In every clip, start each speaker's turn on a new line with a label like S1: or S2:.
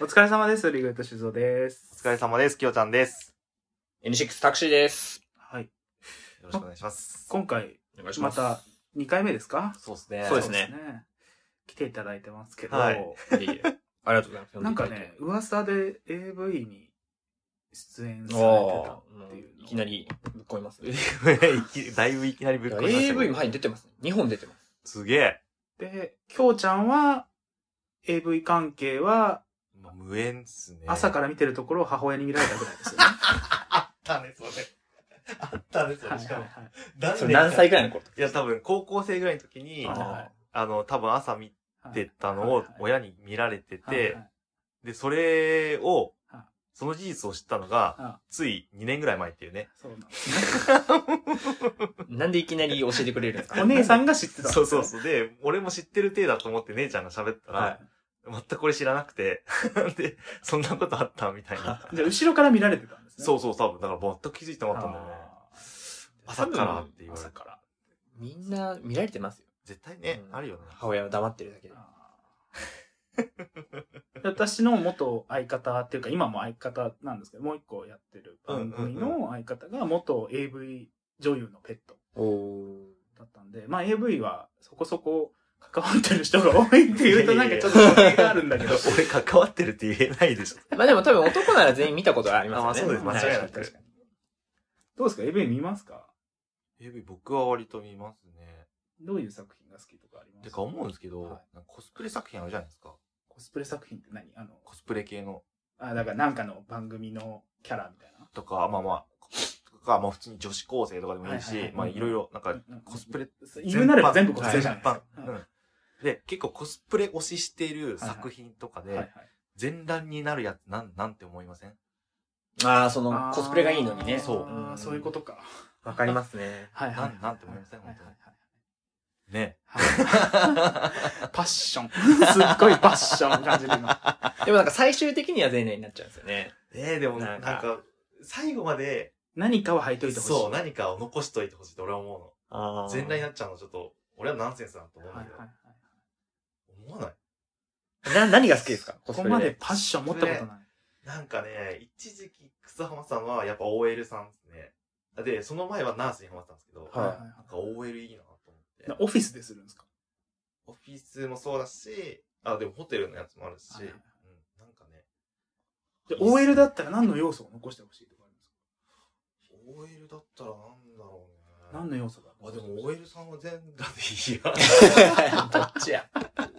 S1: お疲れ様です。リグレット修造です。
S2: お疲れ様です。きよちゃんです。
S3: N6 タクシーです。
S1: はい。
S2: よろしくお願いします。
S1: 今回、
S3: お願いし
S1: ま
S3: ます。
S1: た2回目ですか
S2: そうですね。
S3: そうですね
S1: 来ていただいてますけど、
S2: はい
S3: いえいえ。ありがとうございます。
S1: なんかね、噂で AV に出演さ
S3: 呼んでいただ
S1: れてたっ
S3: いて、
S1: ていう
S3: ああいきなりぶっ込みます。
S2: いきだいぶいきなりぶっこみましたけど
S3: AV もはい、出てますね。2本出てます。
S2: すげえ。
S1: で、きょうちゃんは AV 関係は
S2: まあ、無縁っすね。。
S1: 朝からら見てるところを母親に見られたぐらいですよね。
S2: あったね、それ。あった ね、そ
S1: はいはいはい。
S2: 何
S3: それ何歳
S2: か。
S3: くらいの頃
S2: いや、多分、高校生ぐらいの時に、
S1: あ
S2: あ
S1: はい
S2: の、多分朝見てたの
S1: はい
S2: を
S1: はい
S2: 親に見られて
S1: はい
S2: て、で、それを
S1: はい、
S2: その事実を知ったの
S1: は
S2: が、つい2年ぐらい前っていうね。
S1: そうなんですね。
S3: なんでいきなり教えてくれるんです か
S1: お姉さんが知ってたんです
S2: そ
S1: よ
S2: うそうそう。で、俺も知ってる体だと思って姉ちゃんが喋ったら、全くこれ知らなくて、 で、そんなことあったみたい な。
S1: じゃあ、後ろから見られてたんですね。。
S2: そううそう、多分、だから全く気づいてなかったんだよね。朝からって言われ
S3: 朝
S2: て。
S3: から。みんな見られてますよ。
S2: 絶対ね、
S3: うん
S2: あるよね。
S3: 母親は黙ってるだけで。
S1: 私の元相方っていうか、今も相方なんですけど、もう一個やってる番組の相方が元 AV 女優のペット
S3: おお。
S1: だったんで、まあ AV はそこそこ関わってる人が多いっていうとなんかちょっと語弊があるんだ けど。
S2: 俺関わってるって言えない でしょ。
S3: まあでも多分男なら全員見たことはありますよね。
S2: あまあそうです間違いな
S1: 確
S2: く
S1: かに確かにどうですか ?AV 見ますか
S2: AV 僕は割と見ますね。
S1: どういう作品が好きとかあります
S2: てか思うんですけど、
S1: はい
S2: なんかコスプレ作品あるじゃないですか。
S1: コスプレ作品って何あの、
S2: コスプレ系の。
S1: あ、だからなんかの番組のキャラみたいな。
S2: とか、まあまあ、とか、まあ普通に女子高生とかでもいいし、
S1: はいはいはい
S2: まあいろいろ、なんか、
S1: うんうん
S2: コスプレ、
S1: 言うなれば全部コスプレじゃ
S2: 全
S1: ないです
S2: 般
S1: か。。
S2: うん。で、結構コスプレ推ししてる作品とか
S1: はいはい
S2: で、全乱になるやつ、なん、なんて思いません
S3: ああ、その、コスプレがいいのに
S1: あ
S3: ね。
S1: ー
S2: そう
S1: あーそういうことか。
S3: と。わかりますね。
S1: はいはい。
S2: なんなんて思いません本当に
S1: に。
S2: ね。
S1: はいパッション。すっごいパッション感じるの。
S3: でもなんか最終的には全員になっちゃうんですよね。
S2: ええでもな
S3: なんん
S2: か、
S3: か
S2: 最後まで、
S1: 何かは履いといてほしい。
S2: そう、何かを残しといてほしいって俺は思う
S3: あ
S2: の。全裸になっちゃうのちょっと、俺はナンセンスだと思うん
S1: は
S2: だ
S1: い
S2: けど
S1: はいはい。
S2: 思わない
S3: な、何が好きですかコ
S1: こ
S3: ス
S1: こ
S3: プレ
S1: までパッション持ったことない。
S2: なんかね、一時期、草浜さんはやっぱ OL さんですね。で、その前はナースにハマってたんですけど、
S3: はい
S1: はい
S2: なんか OL いいなと思
S1: な
S2: って。
S1: オフィスでするんですか
S2: オフィスもそうだし、あ、でもホテルのやつもあるし、
S1: はいはいはい
S2: うん、なんかね、
S1: で
S2: いいっすね
S1: ?OL だったら何の要素を残してほしいとかあります
S2: OL だったらなんだろうね。
S1: か何の要素が
S2: あ、でも OL さんは全裸でいいや。
S3: どっちや。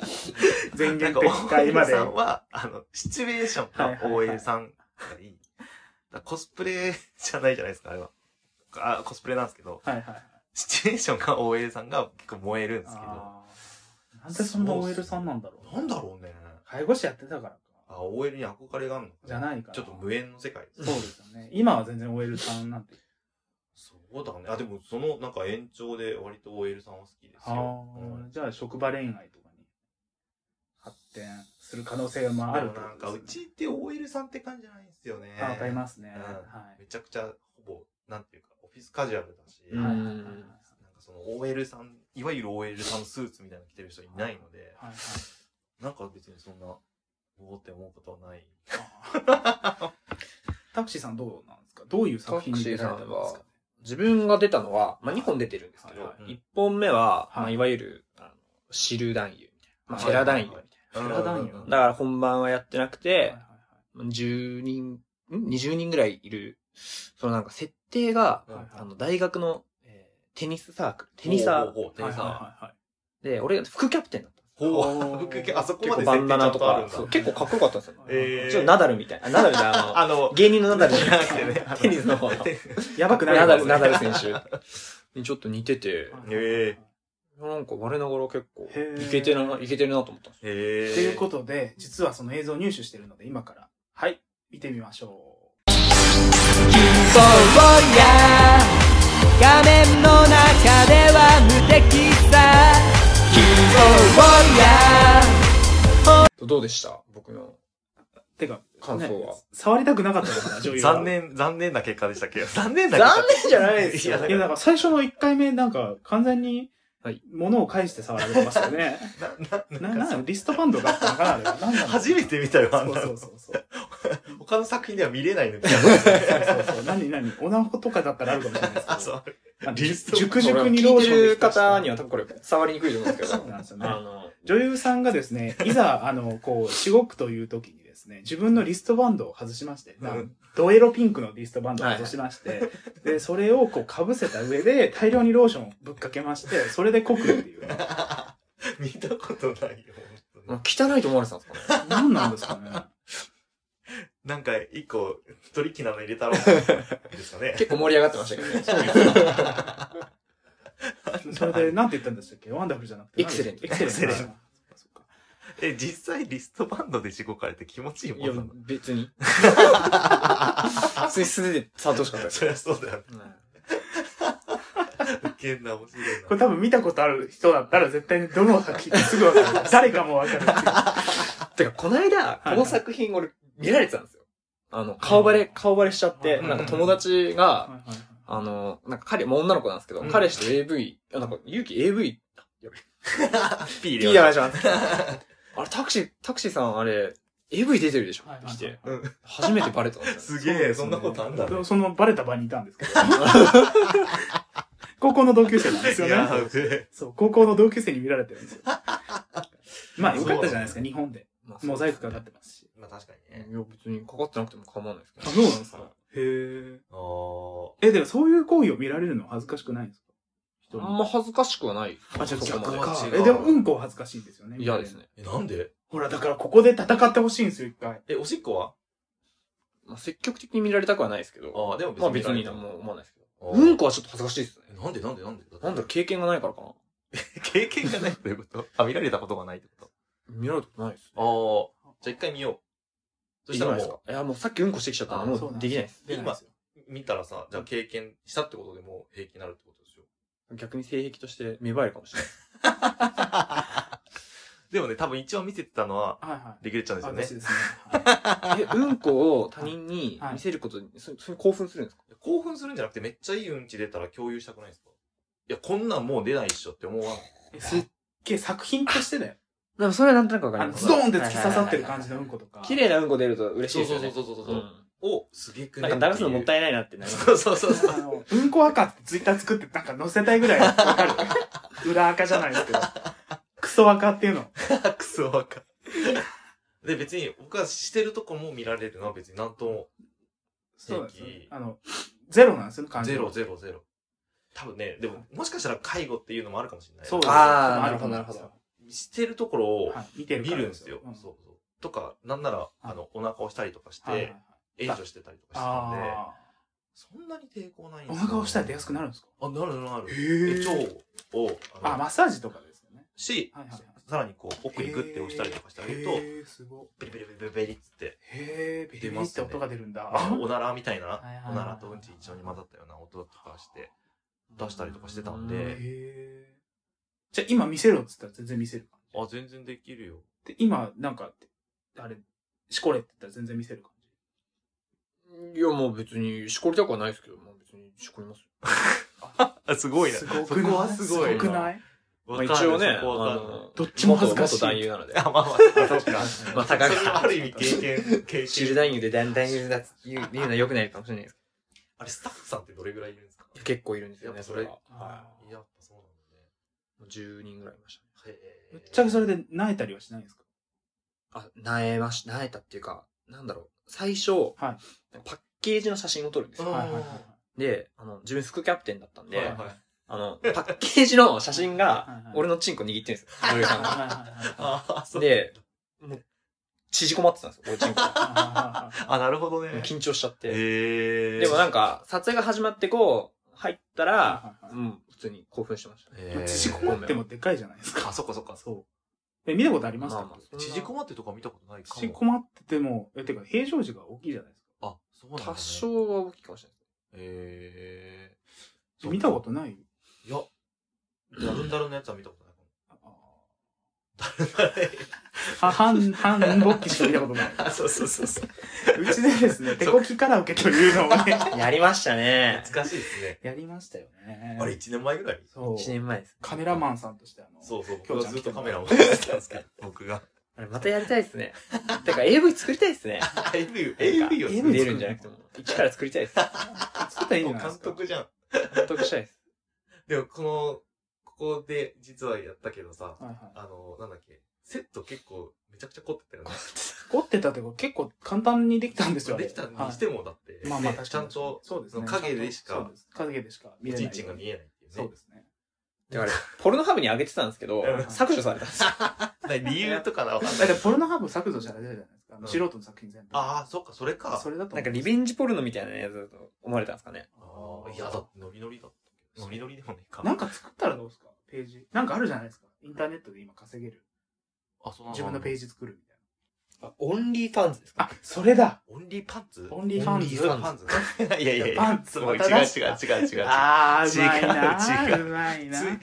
S1: 全言撤回まで
S2: なんか OL さんは、あの、シチュエーションが OL さんがいい。だからコスプレじゃないじゃないですか、あれは。あ、コスプレなんですけど、
S1: はいはいはい。
S2: シチュエーションが OL さんが結構燃えるんですけど。
S1: あーなんでそんな OL さんなんだろう。
S2: なんだろうね。
S1: 介護士やってたからか。
S2: あ、OL に憧れがあるのか
S1: じゃないかな
S2: ちょっと無縁の世界です
S1: そうですよね。今は全然 OL さんなんて。
S2: そうだね。あ、でもそのなんか延長で割と OL さんは好きです
S1: あ
S2: よ。
S1: ーじゃあ職場恋愛とかに発展する可能性も
S2: うん
S1: あ
S2: で
S1: る
S2: も
S1: と
S2: なんか、うちって OL さんって感じじゃないんですよね。
S1: あわかりますね。
S2: うん
S1: はい
S2: めちゃくちゃ、ほぼ、なんていうか、オフィスカジュアルだし、
S3: う
S1: はい
S2: なん
S1: はい
S2: か
S3: ん
S1: はいはい
S2: その OL さん、いわゆる OL さんのスーツみたいなの着てる人いないので、
S1: はいはい
S2: なんか別にそんな、おーって思うことはない。
S1: あータクシーさんどうなんですかどういう作品に出られたんですか
S3: 自分が出たのは、まあ、2本出てるんですけ
S1: は
S3: ど
S1: い、
S2: はい
S3: 1本目は、
S1: はい
S3: まあ、いわゆる、あの、シル男優みたいな。まあ、
S1: はい
S3: フェラ男優みたい
S2: フ
S1: ェラ男優
S3: な。だから本番はやってなく
S1: はい
S3: て
S1: はい、
S3: 10人、ん ?20 人ぐらいいる、そのなんか設定が、
S1: はいはい
S3: あの、大学の、えーテニスサークル、テニサ
S2: ほうほうほうテ
S1: は
S2: ニ
S1: い
S2: サー。
S3: ーで、俺が副キャプテンだったんですよ。
S2: ほう
S1: おー
S2: 僕あそこ
S3: 結
S2: ま
S3: 構
S2: で
S3: バンダナと
S2: 設定ちゃん
S3: か、
S2: ある
S3: そうん
S2: だ
S3: 結構かっこよかったんですよ。
S1: はいはいはい
S2: えー
S3: ちょっとナダルみたいな。あナダルだ、あの、
S2: あの、
S3: 芸人のナダル じゃ な
S2: な
S3: く
S2: くてね
S3: て、テニスの方の。
S1: やばくない
S3: ナダル、
S1: こ
S3: ナ
S1: れ
S3: ダル選手。ちょっと似てて、
S2: へー
S3: なんか我ながら結構
S1: へ、ー
S3: いけてるな、いけてるなと思ったんですよ。
S2: へ
S1: ということで、実はその映像を入手しているので、今から、はい、見てみましょう。
S4: 画面の中では無敵さ
S3: どうでした僕の。
S1: てか、
S3: 感想は
S1: 触りたくなかったですか女優は
S2: 残。念、残念な 結果でしたっけど、残念な
S3: 残念じゃないです
S2: い
S3: よ
S2: や。
S1: いや、だから最初の1回目、なんか、完全に、
S3: はい
S1: 物を返して触られてますよ ね。な、
S2: な、な、なんか
S1: な
S2: さ、
S1: リストバンドがあったのかなあれは。なんなの
S2: 初めて見たよ、あん
S1: そう
S2: な
S1: そう
S2: の。
S1: そうそう。
S2: 他の作品では見れないのに。
S1: そうそうそう。何何オナホとかだったらあるかもしれないですけど。
S2: あ、そう。
S1: あの
S2: リスト
S1: 熟
S3: 聞
S1: 々にロー
S3: い
S1: シ
S3: て
S1: ョンで
S3: る
S1: 浸した
S3: 方には多分これ触りにくいと思うんですけ
S1: そう
S3: ど、
S1: なんですよね。
S3: あの、
S1: 女優さんがです ね、いざ、あの、こう、しごくという時にですね、自分のリストバンドを外しまして、
S2: うん
S1: あのドエロピンクのリストバンドを外しまして、で、それをこう、被せた上で、大量にローションをぶっかけまして、それでこくっていう。
S2: 見たことないよ、本当に。
S3: 汚いと思われてたんですかね
S1: 何なんですかね。
S2: なんか、一個、トリッキーなの入れたろうってですかね。
S3: 結構盛り上がってましたけどね。
S1: それで、なんて言ったんでしたっけワンダフルじゃなくて。
S3: エクセレント
S1: エクセレント。
S2: エクセレン
S1: あそっか
S2: え、実際リストバンドでしごかれて気持ちいい
S3: い
S2: も
S3: や
S2: んなの、
S3: 別 に。普通に素手で触ってほしかったです。
S2: そりゃそうだよ。
S3: うん
S2: ウケんな、面白いな。
S1: これ多分見たことある人だったら絶対にどの作品かすぐわかる。誰かも わかるっていう。
S3: てか、この間、この作品俺見られてたんですよ。あの、顔バレ、顔バレしちゃって、
S1: うん
S3: なんか友達が、
S1: はいはいはい
S3: あの、なんか彼、もう女の子なんですけど、
S2: うん
S3: 彼氏と AV、あなんか、ゆうき AV、
S2: ピー
S3: い
S2: で
S3: い
S2: お願
S3: 話
S2: い
S3: します。あれ、タクシー、タクシーさんあれ、AV 出てるでしょ
S1: はいはい
S3: って
S1: はい
S3: 来て、
S2: うん
S3: 初めてバレた んですよ
S2: すげえ、そんなことあんだね。
S1: そのバレた場にいたんですけど。高校の同級生なんですよ
S2: いや
S1: ね。
S2: べ
S1: そう、高校の同級生に見られてるんですよ。まあ、よかったじゃないですか、日本で。
S3: まあそう
S1: モザイクかかってますし。
S2: まあ確かに
S3: いや
S2: ね。、
S3: 別にかかってなくても構わないですけ
S1: あ、
S3: ど。
S1: そうなんですか。へえ。
S2: あー
S1: え、でもそういう行為を見られるのは恥ずかしくないんですか人
S3: あん
S1: に。
S3: ま恥ずかしくはない。
S1: あ、じゃあ
S3: そこ
S1: 逆
S3: まで
S1: か
S2: 違。う
S1: え、でもうんこは恥ずかしいですよね。
S3: 嫌ですね。。
S2: え、なんで
S1: ほら、だからここで戦ってほしいんですよ、一回。
S2: え、おしっこは
S3: まあ、積極的に見られたくはないですけど、
S2: ああ、でも
S3: まあ別に
S2: な
S3: 何も思わないですけど。
S2: う
S3: うん
S2: んこ
S3: こはちょっと恥ずかしいですね。
S2: なんでなんでなんで
S3: なんだろう、経験がないからかな。
S2: 経験がないということあ、見られたことがないってこ
S3: 見られたことないですね。
S2: とああ、じゃあ一回見よう。そしたら
S3: いいじゃない
S2: も
S3: ですか。いや、もうさっきうんこしてきちゃった
S2: あ
S3: のも
S1: そうな
S3: うんできないです。
S1: 出ないですよ。
S2: う、見たらさ、じゃあ経験したってことでもう平気になるってことでしょ。
S3: 逆に性癖として芽生えるかもしれない。
S2: でもね、多分一応見せてたのは、
S1: はいはい。
S2: できるちゃんですよね
S1: 私。ですね。はい
S3: え、うんこを他人に見せることに、そそれに興奮するんですか
S2: 興奮するんじゃなくて、めっちゃいいうんち出たら共有したくないですかいや、こんなんもう出ないっしょって思わん。
S1: えすっげえ作品としてだよ。
S3: でもそれはなんと なくわか
S1: あ
S3: り
S1: の、
S3: ます。
S1: ズドーンって突き刺さってる感じの
S3: は
S1: う
S3: い
S1: んことか。
S3: はいはいはい。綺麗なうんこ出ると嬉しい
S2: そう
S3: です
S2: そ
S3: よ
S2: うそう
S3: ね。
S2: そうそうそうう。お、すげえく
S3: ん
S2: ね
S3: なんか流すのもった
S2: い
S3: いないなってな
S2: な
S3: る。
S2: そうそうそうそう。
S1: あの、うんこ赤ってツイッター作ってなんか載せたいぐらいわかる。裏赤じゃないですけど。クソ赤っていうの。
S2: クソわかんで、別に僕がしてるとこも見られるのは別になんとも
S1: そうなんですよね
S2: 平気
S1: あの、ゼロなんですよね、感じ。
S2: ゼロゼロゼロ。多分ね、でも、もしかしたら介護っていうのもあるかもしれない。
S1: そうです
S3: あー
S1: でもと思うんですよ
S3: なる
S2: してるところを
S1: はい、見て
S2: 見
S1: るから
S2: るんですよ。
S1: うん
S2: そうそう。とか、なんなら、あの、お腹をしたりとかし
S1: はいはい
S2: て
S1: はい、
S2: 援助してたりとかしてたんで、
S1: あ
S2: そんなに抵抗ないん
S1: あ。お
S2: です
S1: 腹をしたら出やすくなるんですか
S2: あ、なるなる。
S1: へ
S2: で腸を、あ
S1: あ、
S2: の
S1: マッサージとかですよね。
S2: し
S1: はいはいはい、
S2: さらにこう、奥にグッて押したりとかしてあげる
S1: へ
S2: と、
S1: ーすごい。
S2: ベリベリベリベリっつって、
S1: へえ、ビリ
S2: 出
S1: ビ
S2: ま
S1: リっ
S2: す
S1: て
S2: よね
S1: 音が出るんだ。
S2: あのおならみたいな
S1: はいはい、はい
S2: おならとうんち一緒に混ざったような音とかして、出したりとかしてたん
S1: へ
S2: で
S1: え。じゃあ今見せろっつったら全然見せる感じ。
S2: あ、全然できるよ。
S1: で、今、なんか、あれ、しこれって言ったら全然見せる感じ。
S3: いや、もう別に、しこりたくはないですけど、もう別にしこりますよ。
S2: あ、すごいな。
S1: すご
S2: そ
S1: く
S2: こ
S1: な
S2: はいすごい
S1: す
S2: な。
S1: ごくない
S3: まあ
S2: わか
S3: 一
S2: る
S3: 応ね、あ
S2: そこわかる
S3: の、
S1: どっちも恥ずかしい
S3: 元元男優なので。
S2: あ、まあまあ、そうか。
S3: まあ、高
S2: それはあ
S3: く、
S2: る意味経験、経験。
S3: 知る男優で男優だって言う言うのは良くないかもしれないです
S2: あれ、スタッフさんってどれぐらいいるんですか
S3: けど。結構いるんですよ
S2: や
S3: ね、
S2: っぱ
S3: そ
S2: それ
S3: れが。は
S2: やっぱそうなん
S3: い。もう10人ぐらいいましたね。
S2: だね。へ
S1: ぶっちゃけそれで泣いたりはしないんですか
S3: あ、なえまし、なえたっていうか、なんだろう。最初、
S1: はい
S3: パッケージの写真を撮るんですよ。
S2: うん
S1: はいはいはい。
S3: で、あの、自分副キャプテンだったんで、
S2: はい
S1: で
S2: はい。
S3: あの、パッケージの写真が、
S1: はいはい
S3: 俺のチンコ握ってるんですよ。女優さんが
S1: はいはいはい
S2: ああ、そう。
S3: で、もう、縮こまってたんですよ、俺チンコ。も
S1: あー
S2: あ、なるほどね
S3: う。緊張しちゃって。
S2: へえ。
S3: でもなんか、撮影が始まってこう、入ったら、
S1: はいはいは
S3: うん、普通に興奮してましたね。
S2: へ
S1: い
S2: ー、
S1: 縮こまってもでかいじゃないですか。
S2: あ、そっかそっか。
S1: そう。え、見たことありました
S3: まあ
S1: か
S3: まあ
S2: 縮こまってとか見たことないかも。
S1: 縮こまってても、え、てか平常時が大きいじゃないです
S2: あ、そうなんだ、ね。
S3: 多。少は大きいかもしれない
S2: へえ。
S1: か。見たことない
S2: いや、ダルンダルンのやつは見たことないかも。
S1: あー
S2: ダルンダルン。
S1: は、半、半勃起しか見たことない。
S2: あ、 そうそうそうそう。
S1: うちでですね、手こきカラオケというのをね、
S3: やりましたね。
S2: 懐かしいですね。
S1: やりましたよね。
S2: あれ、1年前ぐらい
S1: そう。
S3: 1年前です。
S1: カメラマンさんとしてあの、
S2: そうそう、僕
S1: 今日ち
S2: は
S1: ゃん
S2: ずっとカメラを
S1: 来
S2: 回してたんですけど、僕が。
S3: あれまたやりたいですね。 だから AV 作りたいです ね。
S2: AV、AV を
S1: なんか AV
S3: 出るんじゃなくても。一から作りたい です。
S1: 作ったらいいん
S2: もう
S1: じゃない
S2: 監
S1: ですか。
S2: 督じゃん。
S3: 納得したいです。
S2: でも、この、ここで実はやったけどさ、
S1: はいはい
S2: あの、なんだっけ、セット結構めちゃくちゃ凝ってたよね。
S1: 凝ってたってこと結構簡単にできたんですよ、あれ
S2: できたにしてもだって、
S1: はいまあまあ
S2: ね
S1: 確
S2: ち
S1: か
S2: ゃ
S1: に
S2: んと、
S1: そうですね
S2: その影でしか
S1: そうです影でしか
S2: お
S1: 見れな
S2: ち
S1: い。
S2: んちんが見えないっていうね。
S1: そうですね。
S3: だから、ポルノハブに上げてたんですけど
S2: うん、
S3: 削除されたんですよ。
S2: ね理由とかなわかんな
S1: だ
S2: い
S1: っ。てポルノハブ削除じゃないじゃないですか。あ
S2: う
S1: の
S2: ん
S1: 素人の作品全部。
S2: ああ、そっか、それか。
S1: それだと
S3: なんか
S1: 思う
S3: リベンジポルノみたいなやつだと思われたんですかね。
S2: ああ、いや、だってノリノリだったけど。ノリノリでもねえか。
S1: なんか作ったらどうですかページ。なんかあるじゃないですか。インターネットで今稼げる。
S2: あ、そうな
S1: 自分のペ
S2: ジ。
S1: ージ作るみたい
S3: オンリーファンズです
S1: な。あ、それだ
S2: オンリーパンツ
S1: オンリーファンズ
S2: オパンズ。いやいやいや。
S1: パンツ
S2: もう違う
S1: また出し
S2: 違
S1: た
S2: う違う違う違う。
S1: あー、うまい
S2: 違
S1: な
S2: う違
S1: うまいな
S2: ついなんか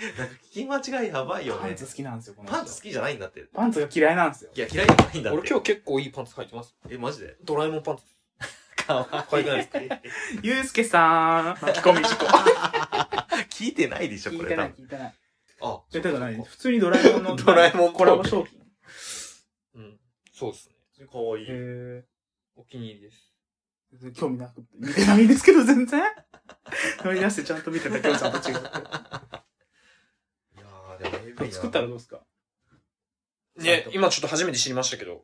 S2: 聞き間違いやばいよ
S1: パン
S2: ね。
S1: ツ好きなんですよ、この人
S2: パンツ好きじゃないんだって。い
S1: パンツが嫌いなんですよ。
S2: や、嫌いじゃないんだって。
S3: 俺今日結構いいパンツ履いてます。
S2: 日。え、マジで
S3: ドラえもんパンツ。
S2: かわ
S3: いい
S1: ゆうすけさーん。巻き込み事 故。
S2: 聞いてないでしょ、
S1: 聞
S2: こ
S1: いて
S2: れ多
S1: ない、
S2: 分。
S1: 聞いてない。
S2: あ、
S1: え、だから何普通にドラえも んの
S3: ドラえもんっぽい
S1: コラボ商品。
S3: うん。そうですね。
S2: かわいい。
S1: へ
S3: お気に入りです。
S1: え。興味なくて。見てないんですけど、全然。乗り出してちゃんと見てた、きょうさんと違って。
S2: いやー、でも AV な
S1: 作ったらどうですか
S3: ね、今ちょっと初めて知りましたけど、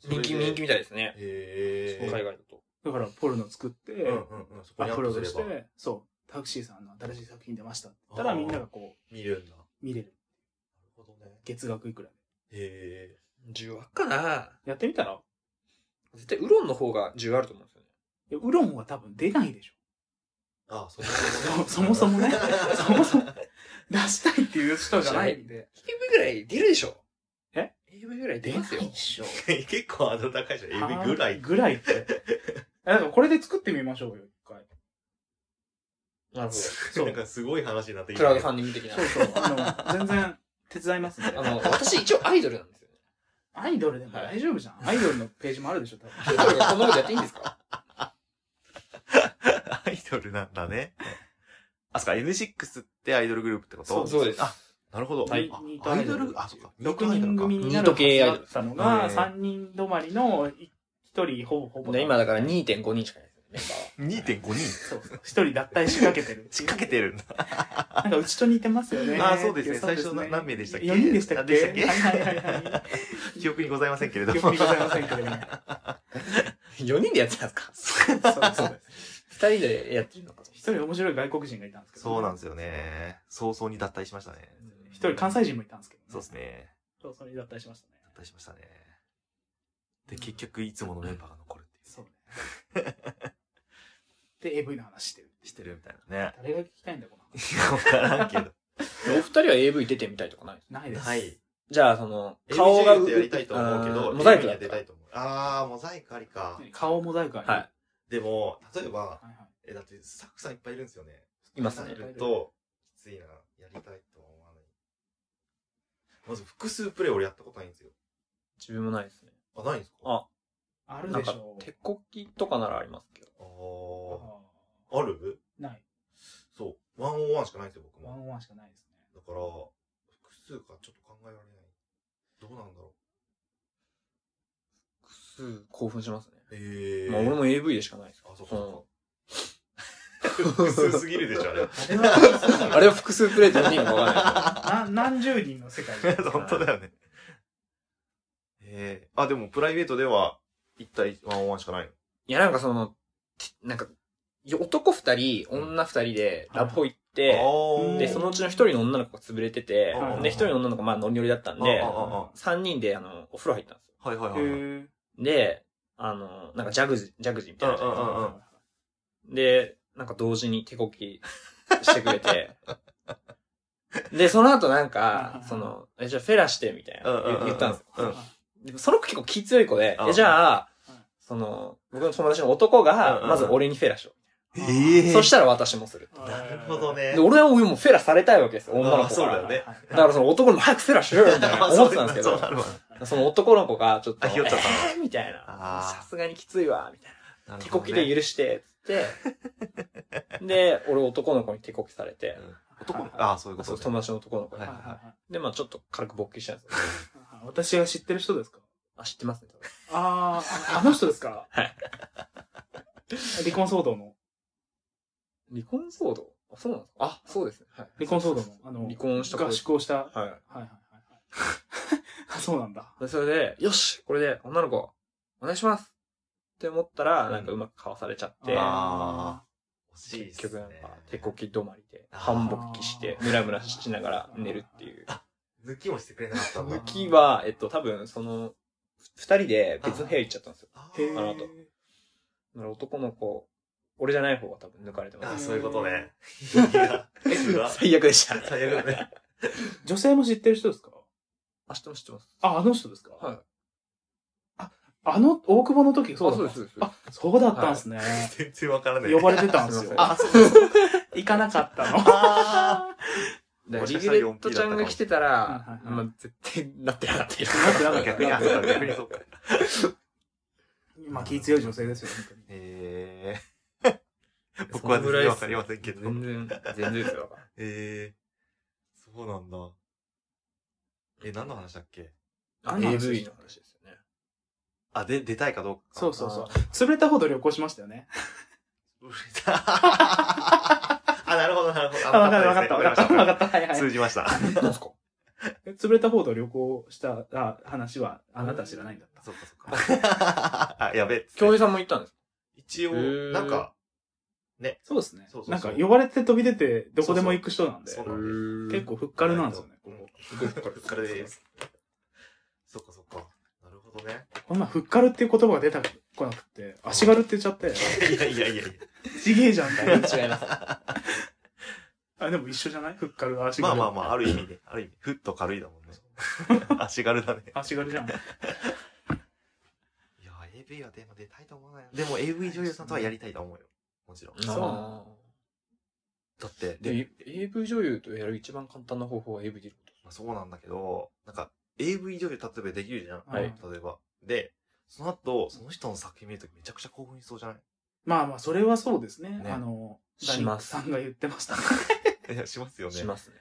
S2: それ
S3: 人
S2: で
S3: 気、人気みたいですね。
S2: へ
S3: 海
S2: ー。
S3: 外だと。
S1: だから、ポルノ作っ
S2: うんうん
S1: て、
S2: うん。そこ
S1: ア
S2: にア
S1: ッ
S2: ッ
S1: プロー
S2: プ
S1: ド
S2: す
S1: し
S2: れば
S1: て、そう、タクシーさんの新しい作品出ましたって言ったら、
S2: あー
S1: みんながこ
S2: 見れるんだ。な
S1: う、見れる。
S2: るほどね。
S1: 月額いくらで。
S2: へ
S3: 10あっかな
S1: やってみたら
S3: 絶対ウロンの方が10あると思うんですよね。
S1: いやウロンは多分出ないでしょ。
S2: ー。あ、そもそもね
S1: そもそもねそもそも出したいっていう人じゃないんで。
S3: AV ぐらい出るでしょ
S1: え
S3: ?AV ぐらい出ますよ。
S1: しょ。
S2: 結構あの高いじゃん。AV ぐらい。
S1: ぐらいって。えだからこれで作ってみましょうよ、一回。
S3: なるほど。
S1: そう
S2: なんかすごい話になってき
S3: ク
S2: た
S3: ラウドファンディング的な
S1: そう。そう。あの、全然手伝いますね。
S3: あの、私一応アイドルなん ですよね。
S1: アイドルでも大丈夫じゃん。アイドルのページもあるでしょ、多
S3: アイ
S1: 分。
S3: ドルがこんなことやっていいんですか
S2: アイドルなんだね。あ、そっか、N6 ってアイドルグループってこと
S1: そう
S3: そうです。
S2: あ、なるほど。
S1: はい
S2: あ
S1: ニート
S2: ア
S1: アイ
S2: イ
S1: ド
S2: ド
S1: ル
S2: ル、あ、そっか、ニート
S1: 6
S2: アイド
S1: 人
S2: ルか。
S1: 組にな
S3: ニー
S1: る
S3: ト系アイド
S1: だ
S3: ル
S1: ったの
S2: へ
S1: が、
S2: ー
S1: 3人止まりの1人ほぼほぼ。
S3: で今だから2.5人しかいないですよ、
S2: 2.5人
S1: そうそう。一人脱退しかけてる。
S2: 仕掛けてるんだ。
S1: なんかうちと似てますよね。
S2: あそうですね
S1: いや
S2: 最初な何名でしたっけ
S1: ?4 人でしたっけ
S2: あでしたっけ
S1: はいはいはいは
S2: 記憶にございませんけれ
S1: い。
S2: ど
S1: 記
S2: も
S1: 憶。にございませんけれども。
S3: メンバー。4人でやってたんですか
S1: そうそうです。
S3: ?2 人でやってるのか。
S1: 一人面白い外国人がいたんですけど、。
S2: そうなんですすよね。早々に脱退しましたね。
S1: 一人関西人もいたんですけど、
S2: そうです。ね。
S1: そう、それ脱退しましたね。
S2: 脱退しましたね。で、結局、いつものメンバーが残るっていう。
S1: そうね。で、AV の話してる。
S2: してるみたいなね。
S1: 誰が聞きたいんだ、この話。
S2: いやわからんけど。
S3: お二人は AV 出てみたいとかない
S1: ないです。
S2: はい。
S3: じゃあ、その、顔が、
S2: AV 女優ってやりたいと思うけ
S3: あ
S2: ど、
S3: ーモザイク
S2: AV には
S3: だった
S2: 出
S3: ら
S2: たいと思う。あー、モザイクありか。
S1: 顔モザイクある。
S3: はい。
S2: でも、例えば、
S1: はいはい
S2: え、だってスタッフさんいっぱいいるんですよね。
S3: いますね
S2: 考えると、きついな。やりたいとは思わない。まず複数プレイ俺やったことないんですよ。
S3: 自分もないですね。
S2: あ、ないんですか
S3: あ
S1: ある
S3: なん
S1: でし
S3: か
S1: ょ、
S3: 手こきとかならありますけど。
S2: あ
S1: う。
S2: ー
S1: あ
S2: ある
S1: ーない。
S2: そう。ワンオンワンしかないんですよ、僕
S1: ワ
S2: も。
S1: ンオンワンしかないですね。
S2: だから、複数かちょっと考えられない。どうなんだろ
S3: 複数興奮しますね。
S2: う。ええ
S3: まあ俺も AV でしかないです
S2: あ、そっ
S3: う
S2: かそ
S3: ん
S2: っか。複数すぎるでしょ、あれ。
S1: あ れは、
S3: あれは複数プレイと何人かわからない。
S1: な何十人の世界で
S2: 本当だよね。ええあ、でもプライベートでは、一対ワンオンワンしかないの。
S3: いや、なんかその、てなんか、男二人、女二人でラブホ行って、
S2: あ
S1: ー
S3: で、そのうちの一人の女の子が潰れてて
S2: あ
S1: ー、
S3: で、一人の女の子まあノリノリだったんで
S2: あ、ああ
S3: 三人であの、お風呂入ったんですよ。
S2: はいはい
S1: へ
S2: はいはい。
S1: ー
S3: で、あの、なんかジャグジー、ジャグジーみたいなのじゃないですか。
S2: うんうんうん
S3: で、なんか同時に手こきしてくれて。 で、その後なんか、その、え、じゃあフェラして、みたいな
S2: うんうんうんう
S3: 言
S2: ん
S3: 言ったんですよ。
S2: うん
S3: でもその子結構気強い子で、
S2: うん
S3: え、じゃあ
S1: うん、
S3: その、僕の友達の男が
S2: う、んうん
S3: まず俺にフェラしろ。
S2: ええ
S3: そしたら私もする。
S2: なるほど。ね
S3: で、。 俺はもうフェラされたいわけですよ、女の
S2: あ
S3: 子
S2: そ
S3: か
S2: う
S3: ら。
S2: だ
S3: だ
S2: よね
S1: はいはい
S3: からその男にも早くフェラしろよ、みたいな思ってたんですけ
S2: そう
S3: ど
S2: な、るわ。
S3: その男の子が、ちょっと、
S2: あひよっちゃったの
S3: えーみたいな。
S2: あー
S3: さすがにきついわ、みたい
S2: な
S3: な。
S2: る
S3: 手
S2: ほ
S3: こ
S2: ど
S3: き
S2: ね
S3: で許して、つ って。で、俺男の子に手こきされて
S2: う、ん男の子ああ、そういうこ
S3: そ
S2: と
S3: う
S2: ね
S3: 友達の男の子に
S2: は。い
S1: はい
S2: はい
S1: はいはい
S3: で、まあちょっと軽く勃起したんですよ。
S1: あ私が知ってる人ですか
S3: あ、知ってますね、多分
S1: ああ、あの人ですか
S3: はい。
S1: 離婚騒動の、
S3: 離婚騒動あ、そうなんですかあ、そうですね。はい
S1: 離婚騒動の、あの、
S3: 離婚した子
S1: 合宿をした。はい
S3: は
S1: はいはいはい。 あそうなんだ。
S3: い。で、それで、よしこれで女の子、お願いしますって思ったら、なんかうまくかわされちゃって、
S2: あ惜しいっ
S3: 結
S2: すね
S3: 局なんか手こき止まりで、
S2: あー
S3: 半勃起して、ムラムラしながら寝るっていう。
S2: 抜きもしてくれなかったんだ
S1: 抜
S3: 抜きは、えっと、多分、その、ふ二人で別の部屋行っちゃったんですよ。
S2: あ
S1: へ
S2: ー
S1: ー
S3: あの後だから男の子、俺じゃない方が多分抜かれて
S2: あ
S3: ま
S2: ー
S3: す。
S2: そういうことね。いや、うわ
S3: 最悪でした。
S2: 最悪だね。
S1: 女性も知ってる人ですか
S3: 明日も知ってます。
S1: あ、あの人ですか
S3: はい。
S1: あの、大久保の時、そうだった。
S3: です
S1: あ、そうだったんすね。
S2: 全然わからない。
S1: 呼ばれてたんです
S3: すい
S1: よ。
S3: ま
S1: あ、そう行かなかった の。
S2: あ
S3: でリグレットちゃんが来てた
S1: はい
S3: ら
S1: は、いはい
S3: まあ、絶対なってなかったよ。
S1: なってなか
S2: あ
S1: っ
S2: 逆に、あそうか逆にそうか。
S1: まあ気強い女性ですよ、本当に。
S2: ええ。 僕は全
S3: そのぐらい
S2: 然
S3: っ
S2: わ
S3: す
S2: かりませんけど。
S3: 全然、全然ですよ。
S2: ええ。そうなんだ。え、何の話だっけ
S3: あ
S1: 何の話
S3: AV の話ですよね。
S2: あ、で、出たいかどうか。
S1: そうそうそう。潰れたほど旅行しましたよね。
S2: うるさい あ、なるほど、なるほど。
S1: あ、わ かったわかったわかったわか
S2: っ
S1: った。はいは
S2: た。
S1: い
S2: 通。じました。
S3: 何 すか
S1: 潰れたほど旅行したあ話はあなた知らないんだった。
S2: そっかそっか。あ、やべっつって。
S3: 京平さんも行ったんです
S2: 一応
S3: へ、ー
S2: なんか、
S1: そうですね
S2: そうそう。そう
S1: なんか呼ばれて飛び出てどこでも行く人なんで、
S2: そう
S3: か
S2: なんです
S1: 結構ふっかるなんですよね。ここ
S2: これからです。そっかそっか。なるほどね。
S1: この前ふっかるっていう言葉が出たこなくて、足軽って言っちゃって、
S2: いやいやいやいや。
S1: ちげえじゃんみたいな。
S3: 違います。
S1: あ、でも一緒じゃないふっかる、足軽。
S2: まあまあまあ、ある意味で、ある意味、ふっと軽いだもんね。 足軽だね。
S1: あ。足軽じゃん。
S2: いや、AV はでも出たいと思わないな。でも AV 女優さんとはやりたいと思うよ。もちろん。
S1: そう
S3: あ
S2: だって、
S3: ー
S2: で、
S3: で、AV 女優とやる一番簡単な方法は AV 出ること。
S2: まあ、そうなんだけど、なんか、AV 女優例えばできるじゃん。
S1: はい
S2: 例えば。で、その後、その人の作品見るときめちゃくちゃ興奮しそうじゃない
S1: まあまあ、それはそうですね。
S2: ね
S1: あの、
S3: します
S1: ダニックさんが言ってました。
S2: いや、しますよね。
S3: しますね。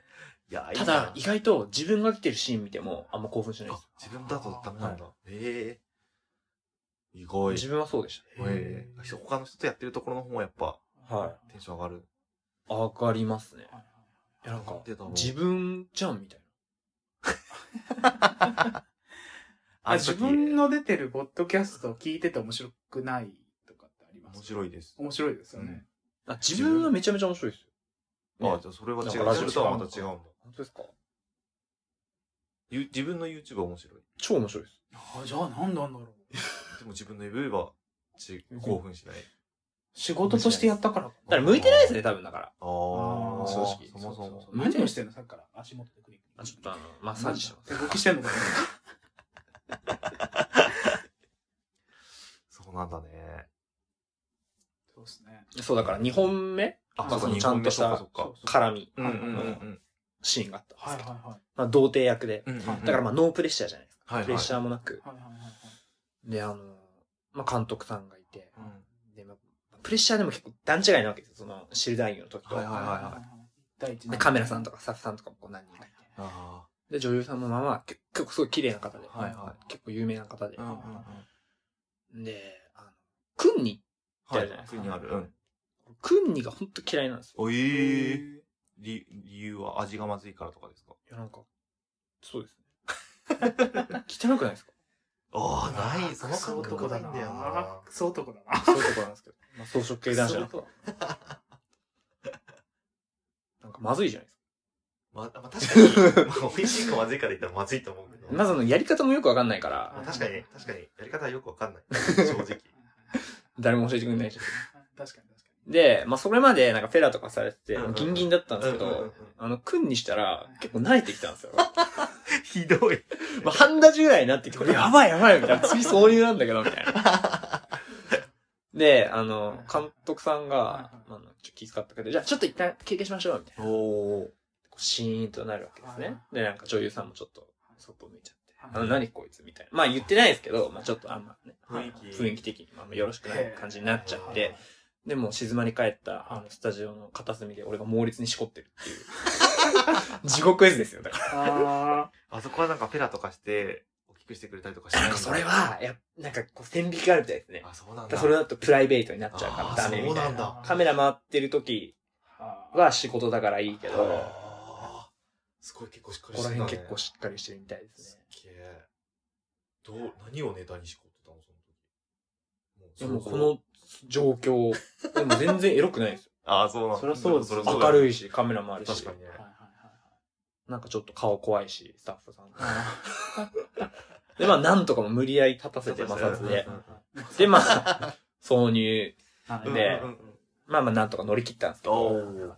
S2: いや、
S3: た
S2: いいな
S3: だ、意外と自分が来てるシーン見ても、あんま興奮しないで
S2: あ
S3: す。
S2: 自分だとダメなんだ。ええ意外。
S3: 自分はそうでし
S2: ええ他の人とやってるところの方がやっぱ
S3: た。は
S2: テンション上がる。
S3: い。上がりますね。
S1: はい
S3: いや、なんか
S2: 出たもん、
S3: 自分じゃんみたい
S1: あ
S2: の時
S1: 自分の出てるポッドキャストを聞いてて面白くないとかってあります
S2: 面白いです。
S1: 面白いですよね。
S3: な。あ自分はめちゃめちゃ面白いですよ。ね
S2: あ、じゃあそれは違う。
S3: なんかラジオ
S2: それとはまた違うんだ。
S3: 本当ですか
S2: ゆ自分の YouTube は面白い。
S3: 超面白いです。
S1: あじゃあ何なんだろう。
S2: でも自分の AV はち興奮しない。
S1: 仕事としてやったから。
S3: だから向いてないですね、多分だから。
S2: ああ、正
S1: 正
S2: 直
S1: 直。
S2: そもそも。
S1: 何をしてんのさっきから足元でクリック。
S3: あちょっとあの、マッサージしてます。
S1: 手動きしてんのか
S2: そうなんだね。
S1: そうですね。
S3: そう、だから2本目
S2: あ
S3: まあそのちゃんとした
S2: そっかそっか。
S3: 絡み
S2: うんうんうん
S3: シーンがあったんです
S1: はいは
S3: けど
S1: いはい。
S3: まあ、童貞役で。
S2: うんうん。だ
S3: だからまあ、ノープレッシャーじゃないですか。
S2: あ、はい
S3: プレッ
S2: はい
S3: シャーもなく。
S1: はいはいはいはい。
S3: で、あの、まあ、監督さんがいて。
S2: うん
S3: で、まあ、プレッシャーでも結構段違いなわけですよ。その、シルダインの時と。
S2: はいはい
S1: 第一
S3: でカメラさん
S1: と
S3: とかスタッフさんとかもこう何人かいて。
S2: あ
S3: で、女優さんもまあまあ、結結構すごい綺麗な方で。
S2: あ、はいは
S3: 結構有名な方で
S2: い。うん。うんうん。
S3: で、あの、クンニ。
S2: は
S3: はいい、
S2: 普通にある。うん。
S3: クンニが本当嫌いなんですよ。
S2: お
S1: え
S2: ええ。理理由は味がまずいからとかですか
S3: いや、なんか、そうですね。 汚くないですか
S2: あ
S1: クソ男だな。
S3: そういうとこなんですけど。まあ、装飾系男子なんですけど なんかまずいじゃないですか。
S2: まあ、まあ、確かに、まあ、美味しいかまずいかで言ったらまずいと思うけど。
S3: まずあの、やり方もよくわかんないから、
S2: まあ、確かに、確かに、やり方はよくわかんない。正直。
S3: 誰も教えてくれないし。
S1: 確かに確かに。
S3: で、まあ、それまでなんかフェラとかされてて
S2: うんうん、
S3: ギンギンだったんです
S2: う
S3: け
S2: んうんうん
S3: ど、あの、君にしたら、結構慣れてきたんですよ。
S2: ひどい。
S3: まあ、半立ちぐらいになってきて、これやばいやばいみたいな。次挿入なんだけど、みたいな。 で、あの、監督さんが、あの、ちょっと気遣ってくれて、じゃあちょっと一旦休憩しましょう、みたいな。
S2: おー。
S3: こうシーンとなるわけですね。で、なんか女優さんもちょっと、そっぽ向いちゃって。あの、何こいつみたいな。まあ言ってないですけど、まあちょっとあんまね、
S2: 雰囲気。
S3: 雰囲気的に、まあよろしくない感じになっちゃって、で、もう静まり返った、あの、スタジオの片隅で俺が猛烈にしこってるって いう。地獄絵図ですよ、だから。
S1: あ
S2: あそこはなんかペラとかして、大きくしてくれたりとかし
S3: な
S2: ない
S3: ん
S2: ん
S3: か
S2: だ
S3: それ、は、やっぱなんかこう線引きがあるみたいですね。
S2: あ、そうなん
S3: だか
S2: だ。
S3: らそれだとプライベートになっちゃうからダメみ
S2: あー
S3: た
S2: そうな
S3: い
S2: ん
S3: な。
S2: だ
S3: カメラ回ってる時
S1: ー
S3: は仕事だからいいけど、こ
S2: あーすごい結構しっか
S3: こら辺結構しっかりしてるみたいですね。
S2: すっげえ。どう、何をネタにしこってたのその時。
S3: でもこ、の状況、でも全然エロくないですよ。
S2: ああ、そうなんだ。
S1: そりゃそうです
S3: 明るい
S2: し。
S3: し、カメラもあるし
S2: 確か、にね。
S1: はいはいはい
S3: なんかちょっと顔怖いし、スタッフさん。
S1: あ
S3: で、まあなんとかも無理やり立たせて摩擦で
S2: う。ん
S3: で、まあ、 挿入。
S1: ーは
S2: う
S1: い
S2: ん
S3: で
S2: うんうんうん
S3: まあまあなんとか乗り切ったんですけ
S2: お
S3: ど。
S2: ー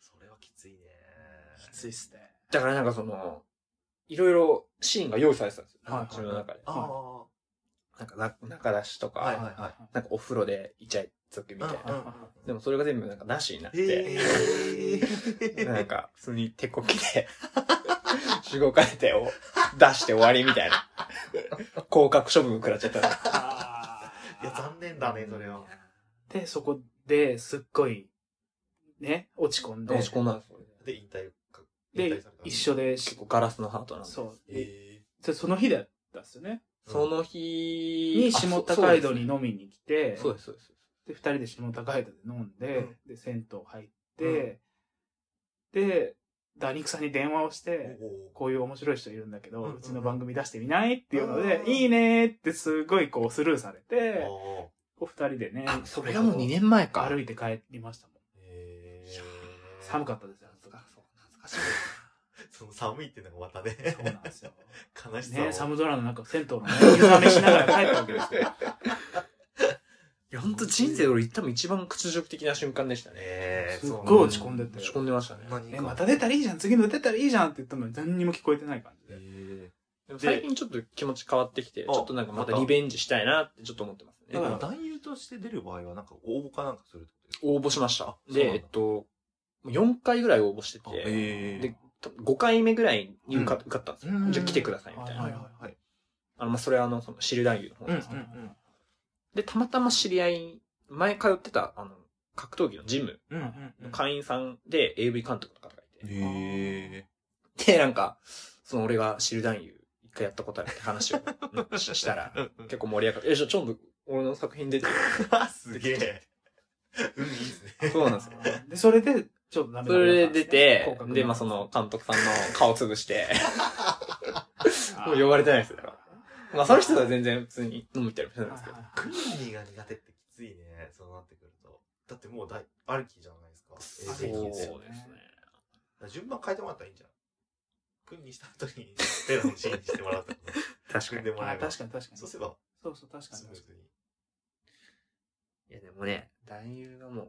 S2: それはきついね。
S1: きついっすね。
S3: だからなんかその、いろいろシーンが用意されてたんですよ。
S1: はいはい
S3: 自分の中で。
S2: ああ。は
S3: なんかな中出しとか、
S2: いはいは
S3: なんかお風呂でイチャつくみたい
S2: うんう
S3: な。
S2: ん
S3: でもそれが全部なんかなしになっ
S2: い。へ
S3: て、
S2: え。
S3: なんか普通に手こきで、 しごかれてを出して終わりみたいな。降格処分食らっちゃったの。
S1: あ
S2: いや、
S1: ー
S2: 残念だね、それは。
S1: で、そこですっごい、ね、落ち込んで、
S3: 落ち込んだんですよ。
S2: で、引退か。引退
S1: で
S2: され、た
S1: 一緒で
S3: 結
S1: し、
S3: 構ガラスのハートなんで。
S1: そう。で
S2: え
S1: そその日だったっすよね。
S2: ー
S3: そ、の日
S1: に、下高井戸に
S3: に
S1: 飲みに来て、
S3: そうです、そうです。
S1: で、二人で下高井戸で飲んで、
S2: うん
S1: で、銭湯入って、で、ダニクさんに電話をして、
S2: お
S1: こういう面白い人いるんだけど、
S2: う
S1: うん
S2: うんうん
S1: ちの番組出してみないっていうので、
S2: うん
S1: いいねーってすごいこうスルーされ
S2: ー
S1: て、
S2: おー
S1: お二人でね、
S3: あ、それがもう2年前か。
S1: 歩いて帰りましたもん。
S2: へー
S1: 寒かったですよ、あの時
S3: そう、懐かしい。
S2: その寒いっていうのがまたね、
S1: そうなんですよ。
S2: 悲しさを。
S1: ね、寒空の中、銭湯のね、湯冷めしながら帰ったわけですよ。
S3: いや、ほんと人生で俺多分一番屈辱的な瞬間でしたね。
S2: えー
S1: すっ
S2: そう
S1: ごい落ち込んでて。
S3: 落ち込んでましたね。
S2: 何
S1: え、
S2: か
S1: また出たらいいじゃん、次の出たらいいじゃんって言ったのに何にも聞こえてない感じ
S2: へ
S1: で。
S2: ー
S3: でも最近ちょっと気持ち変わってきて、ち
S2: あ
S3: ょっとなんかまた
S2: また
S3: リベンジしたいなってちょっと思ってます
S2: え、で
S3: ね。
S2: も男優として出る場合は、なんか応募かなんかするってことですか
S3: 応募しました。
S2: そうな
S3: で、
S2: んだ
S3: えっと、4回ぐらい応募してて、
S2: え
S3: で5回目ぐらいに受か受かったんですよ
S2: う。ん
S3: じゃあ来てくださいみたい
S2: はい
S3: な。
S2: はいはい。
S3: あの、まあ、それはあの、その、知る男優の方です
S2: うん
S3: ね
S2: うん。
S3: で、たまたま知り合い、前通ってた、あの、格闘技のジム
S2: うんうん
S3: の会員さんで AV 監督とかがいて、
S2: へ
S3: で、なんか、その俺が知る男優、一回やったことあるって 話をうんししたら、
S2: ー
S3: 結構盛り上がって、え、じゃあちょっと俺の作品出てる。
S2: 構、 すげえ。うん、いいですね。
S3: そうなんですよ。
S1: で、それで、ちょっとダメ
S3: そ
S1: だったんす
S3: れ
S1: ね
S3: で出て
S1: 広角、
S3: で、まあその監督さんの顔潰 して、
S1: あ
S3: もう呼ばれてないですよだかまあその人とは全然普通に飲み行ったりもしてたん
S1: はいは
S3: で
S1: い
S3: すけど。
S2: クリーニーが苦手ってきついね、そうなってくると。だってもう大、アルキーじゃないですか。
S1: そうですよね
S2: だから順番変えてもらったらいいんじゃん。君にした後に、ペラのシーンにしてもらったら。
S3: 確
S2: 組んでもら
S1: あ
S2: えば。
S1: 確かに確かに。そう
S2: そ
S1: う
S2: すれば、
S1: そう、確かに
S2: スムー
S1: 確か
S2: ズに。
S3: いやでもね、男優がもう、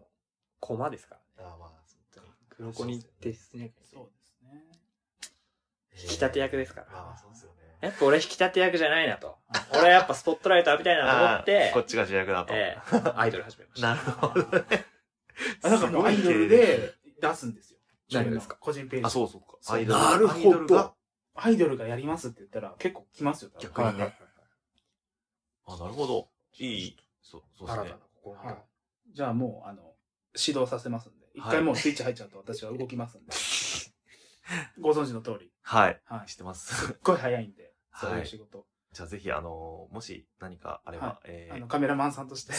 S3: 駒ですからね。
S2: ああ、まあ、そうか。
S3: 黒子に提出しなきゃい
S1: に。
S3: けな
S1: そうですね。
S3: 引き立て役ですから
S2: まあまあ、そうですよね。
S3: いやっぱ俺引き立て役じゃないなと。俺はやっぱスポットライト浴びたいなと思って、
S2: こっちが主役だと。
S3: ええアイドル始めました。
S2: なるほどね。
S1: あだからもうアイドルで出すんですよ。
S3: 何ですか
S1: 個人ページ。
S2: あ、そうそうか。
S1: そう
S2: アイドル。
S1: なるほど
S2: アイドルが
S1: アイドルがやりますって言ったら結構来ますよ、多分
S2: 逆にね。あ、なるほど。いい。そう、そうです
S3: 新た
S2: ね
S3: な。心
S1: はい。じゃあもう、あの、指導させますんで。一
S2: はい
S1: 回もうスイッチ入っちゃうと私は動きます んで。ご存知の通り。
S2: はい。
S1: はい。
S2: 知っ
S1: す
S2: てます。
S1: っごい早いんで、そう
S2: は
S1: いう
S2: い
S1: 仕。事。
S2: じゃあぜひ、あのー、もし何かあれ
S1: は
S2: ば、え
S1: あの、
S2: ー
S1: カメラマンさんとして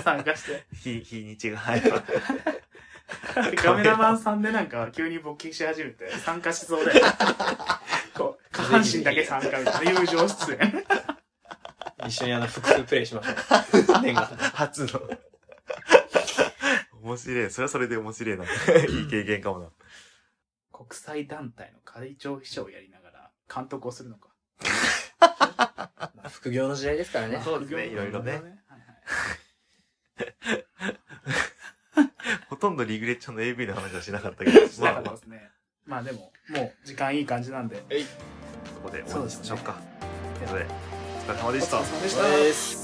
S1: 参加 して。
S2: 日、日にちがあれば。
S1: カメラマンさんでなんか急に勃起し始めて参加し そうで。こう、下半身だけ参加みたいな友情出演。
S3: 一緒にあの、複数プレイし ましょう。念願。
S2: 初の。 面白い。それはそれで 面白いな。いい経験かもな。
S1: 国際団体の会長秘書をやりながら監督をするのか。
S3: まあ 副業の時代ですからね。
S2: そうですね
S1: 副業
S2: いろいろね
S1: はいはい
S2: ほとんどリグレッチョの AV の話はしなかったけ ど、
S1: し
S2: ま
S1: なかっ
S2: あま
S1: た
S2: あ
S1: ですね。まあでも、もう時間いい感じなんで。
S2: そこで終わりにしましょうか。ということで、お疲れ様
S1: お
S2: でし
S1: 疲
S2: た
S1: れ。様でし
S3: そ
S1: た。
S3: うす